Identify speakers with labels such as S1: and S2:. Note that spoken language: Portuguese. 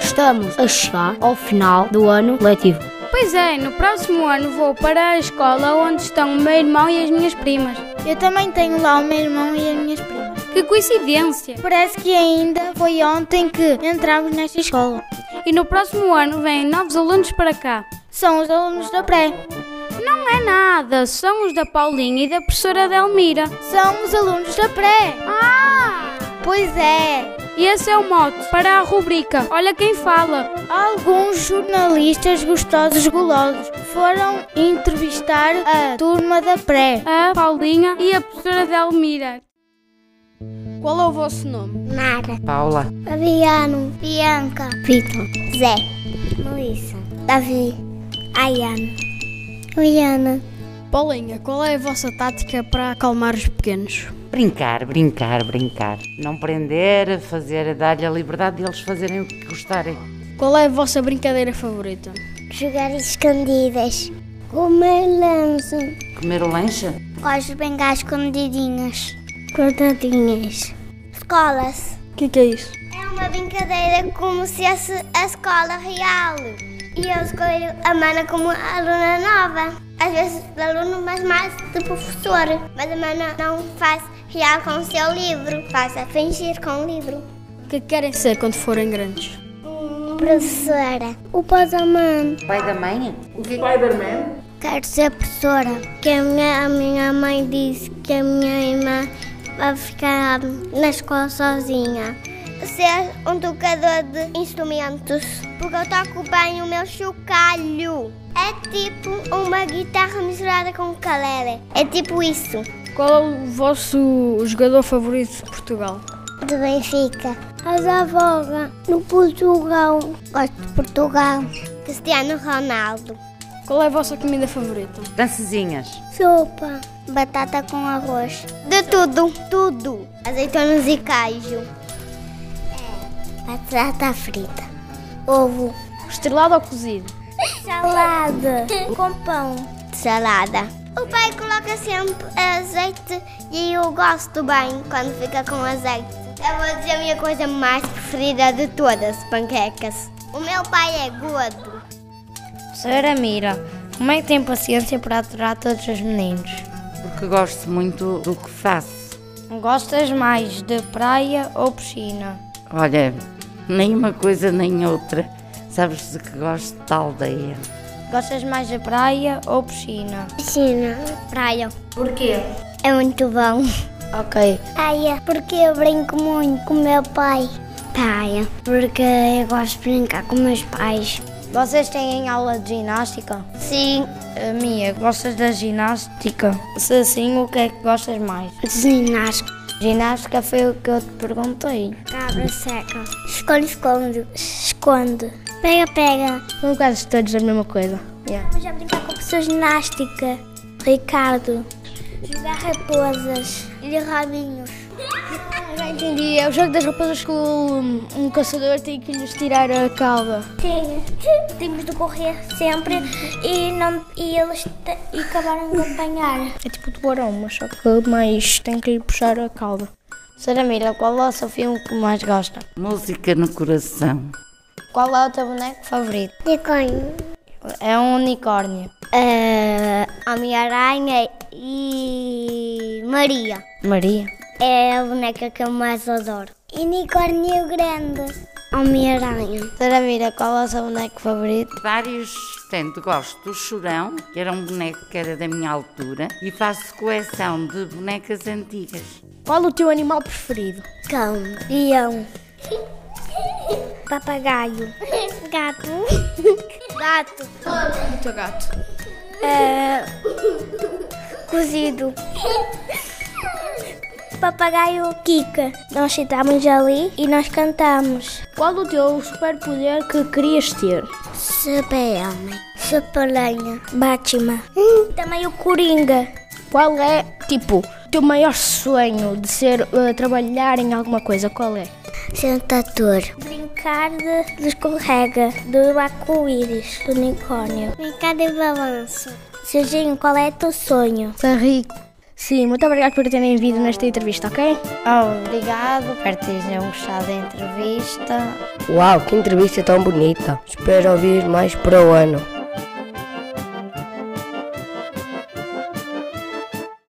S1: Estamos a chegar ao final do ano letivo.
S2: Pois é, no próximo ano vou para a escola onde estão o meu irmão e as minhas primas.
S3: Eu também tenho lá o meu irmão e as minhas primas.
S2: Que coincidência!
S3: Parece que ainda foi ontem que entramos nesta escola.
S2: E no próximo ano vêm novos alunos para cá.
S3: São os alunos da pré.
S2: Não é nada, são os da Paulinha e da professora Delmira.
S3: São os alunos da pré.
S2: Ah!
S3: Pois é.
S2: E esse é o mote para a rubrica Olha Quem Fala.
S3: Alguns jornalistas gostosos gulosos foram entrevistar a turma da pré.
S2: A Paulinha e a professora Delmira. Qual é o vosso nome?
S4: Mara,
S5: Paula,
S4: Fabiano, Bianca,
S1: Vitor,
S4: Zé, Melissa, Davi, Ayana, Liana,
S2: Paulinha, qual é a vossa tática para acalmar os pequenos?
S5: brincar, brincar, brincar. Não prender, fazer, dar-lhe a liberdade de eles fazerem o que gostarem.
S2: Qual é a vossa brincadeira favorita?
S4: jogar escondidas, comer lança,
S5: Comer o lanche?
S4: os bengás escondidinhas, cortadinhas, escolas.
S2: O que, que é isso?
S4: É uma brincadeira como se fosse a escola real. E eu escolho a Mana como aluna nova. Às vezes do aluno, mas mais do professor. Mas a Mana não faz real com o seu livro, faz a fingir com o livro.
S2: O que querem ser quando forem grandes?
S4: Professora. O Pozaman.
S5: Pai da mãe?
S4: Quero ser professora. Que a minha, a minha mãe disse que a minha irmã vai ficar na escola sozinha. Ser um tocador de instrumentos. Porque eu toco bem o meu chocalho. É tipo uma guitarra misturada com calera. É tipo isso.
S2: Qual é o vosso jogador favorito de Portugal?
S4: Do Benfica. A Zavoga. No Portugal. Gosto de Portugal. Cristiano Ronaldo.
S2: Qual é a vossa comida favorita?
S5: Dancezinhas.
S4: Sopa. Batata com arroz. De tudo. Tudo. Azeitonas e queijo. É. Batata frita. Ovo.
S2: Estrelado ou cozido?
S4: Salada. com pão. Salada. O pai coloca sempre azeite e eu gosto bem quando fica com azeite. Eu vou dizer a minha coisa mais preferida de todas, panquecas. O meu pai é gordo.
S6: Senhora Mira, como é que tem paciência para aturar todos os meninos?
S5: Porque gosto muito do que faço.
S6: Gostas mais de praia ou piscina?
S5: Olha, nem uma coisa nem outra. Sabes de que gosto da aldeia.
S6: Gostas mais de praia ou piscina?
S4: Piscina. Praia.
S6: Porquê?
S4: É muito bom.
S6: Ok.
S4: Praia, porque eu brinco muito com meu pai. Praia, porque eu gosto de brincar com meus pais.
S6: Vocês têm aula de ginástica?
S4: Sim,
S6: A Mia, gostas da ginástica? Se sim, o que é que gostas mais?
S4: ginástica.
S6: Ginástica foi o que eu te perguntei.
S4: Cabra seca. Esconde, esconde. Esconde. Pega, pega.
S6: Não gostas todos da mesma coisa?
S4: Vamos já brincar com pessoas ginástica. Ricardo. Jogar raposas. E rabinhos.
S6: Já entendi, é o jogo das raposas que um caçador tem que lhes tirar a calva.
S4: Sim. Temos de correr sempre e, não, e eles te- e acabaram de apanhar.
S6: É tipo tubarão, mas só que mais tem que lhe puxar a cauda. Sara Mira, qual é o seu filme que mais gosta?
S5: Música no coração.
S6: Qual é o teu boneco favorito?
S4: E com
S6: É um unicórnio.
S4: É, Homem-Aranha e Maria.
S6: Maria.
S4: É a boneca que eu mais adoro. Unicórnio grande. Homem-Aranha.
S6: Sara Mira, qual é o seu boneco favorito?
S5: Vários, tanto gosto do Chorão, que era um boneco que era da minha altura, e faço coleção de bonecas antigas.
S6: Qual o teu animal preferido?
S4: Cão. Leão. Papagaio. Gato. Gato.
S2: Muito gato.
S4: é, Cozido. Papagaio Kika. Nós sentamos ali e nós cantamos.
S6: Qual o teu superpoder que querias ter?
S4: Super-Homem. Super-Lenha. Batman. Também o Coringa.
S6: Qual é, tipo, o teu maior sonho de ser, eh, trabalhar em alguma coisa? Qual é?
S4: Sentador. Brincar de, de escorrega, do arco-íris, do unicórnio. Brincar de balanço. Serginho, qual é teu sonho?
S6: Ser rico.
S2: Sim, muito obrigado por terem vindo nesta entrevista, ok?
S6: Oh, Obrigado, um espero que tenham gostado da entrevista.
S7: Uau, que entrevista tão bonita! Espero ouvir mais para o ano.